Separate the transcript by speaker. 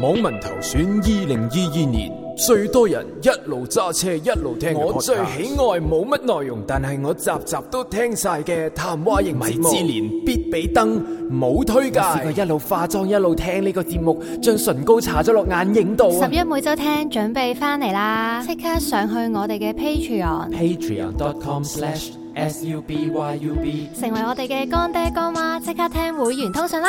Speaker 1: 網民投選二零二二年最多人一路揸車一路聽嘅
Speaker 2: 我最
Speaker 1: podcast
Speaker 2: 喜愛冇乜內容，但係我集集都聽晒嘅談話型節目。
Speaker 1: 米芝
Speaker 2: 連必比登冇推介。我一路化妝一路聽呢個節目，將唇膏搽咗落眼影度啊
Speaker 3: 十一每周聽準備翻嚟啦，即刻上去我哋嘅 Patreon，
Speaker 2: Patreon.com/slash subyub。
Speaker 3: 成為我哋嘅乾爹乾媽，即刻聽會員通訊啦！